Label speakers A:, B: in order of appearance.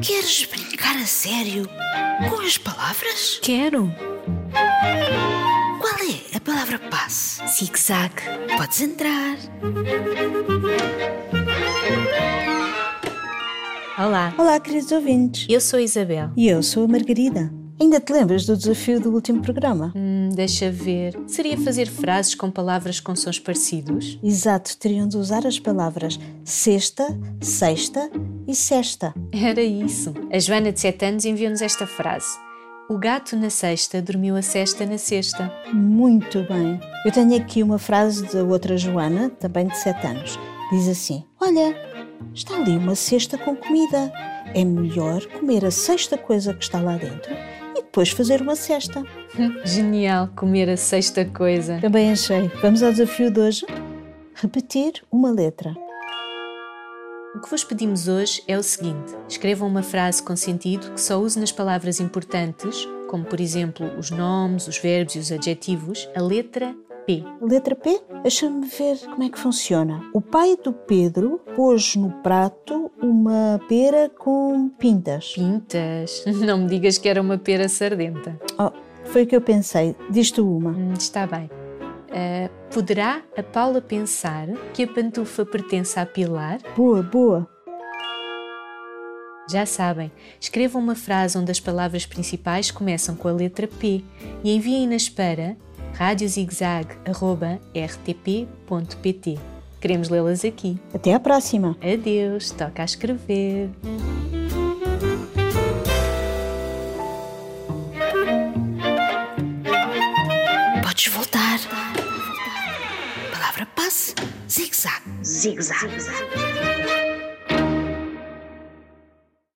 A: Queres brincar a sério com as palavras?
B: Quero.
A: Qual é a palavra passe?
B: Zig-zag.
A: Podes entrar.
B: Olá,
C: Olá, queridos ouvintes.
B: eu sou a Isabel.
C: E eu sou a Margarida. Ainda te lembras do desafio do último programa?
B: Hum, deixa ver. Seria fazer frases com palavras com sons parecidos?
C: Exato, teriam de usar as palavras sexta, sexta e sexta.
B: Era isso. A Joana, de 7 anos, enviou-nos esta frase. O gato na sexta dormiu a sexta na sexta.
C: Muito bem. Eu tenho aqui uma frase da outra Joana, também de 7 anos. Diz assim: Olha, está ali uma cesta com comida. É melhor comer a sexta coisa que está lá dentro e depois fazer uma cesta.
B: Genial, comer a sexta coisa.
C: Também achei. Vamos ao desafio de hoje? Repetir uma letra.
B: O que vos pedimos hoje é o seguinte: escrevam uma frase com sentido que só use nas palavras importantes, como por exemplo os nomes, os verbos e os adjetivos, a letra P.
C: A Letra P? Deixa-me ver como é que funciona. O pai do Pedro pôs no prato uma pera com pintas.
B: Pintas. Não me digas que era uma pera sardenta.
C: Oh, foi o que eu pensei. Diz-te uma.
B: Hum, está bem. Ah, poderá a Paula pensar que a pantufa pertence a Pilar?
C: Boa, boa.
B: Já sabem, escrevam uma frase onde as palavras principais começam com a letra P e enviem-nas para radiozigzag.rtp.pt. Queremos lê-las aqui.
C: Até à próxima.
B: Adeus, toca a escrever.
A: Podes voltar. Palavra passe, zig-zag. Zig-zag.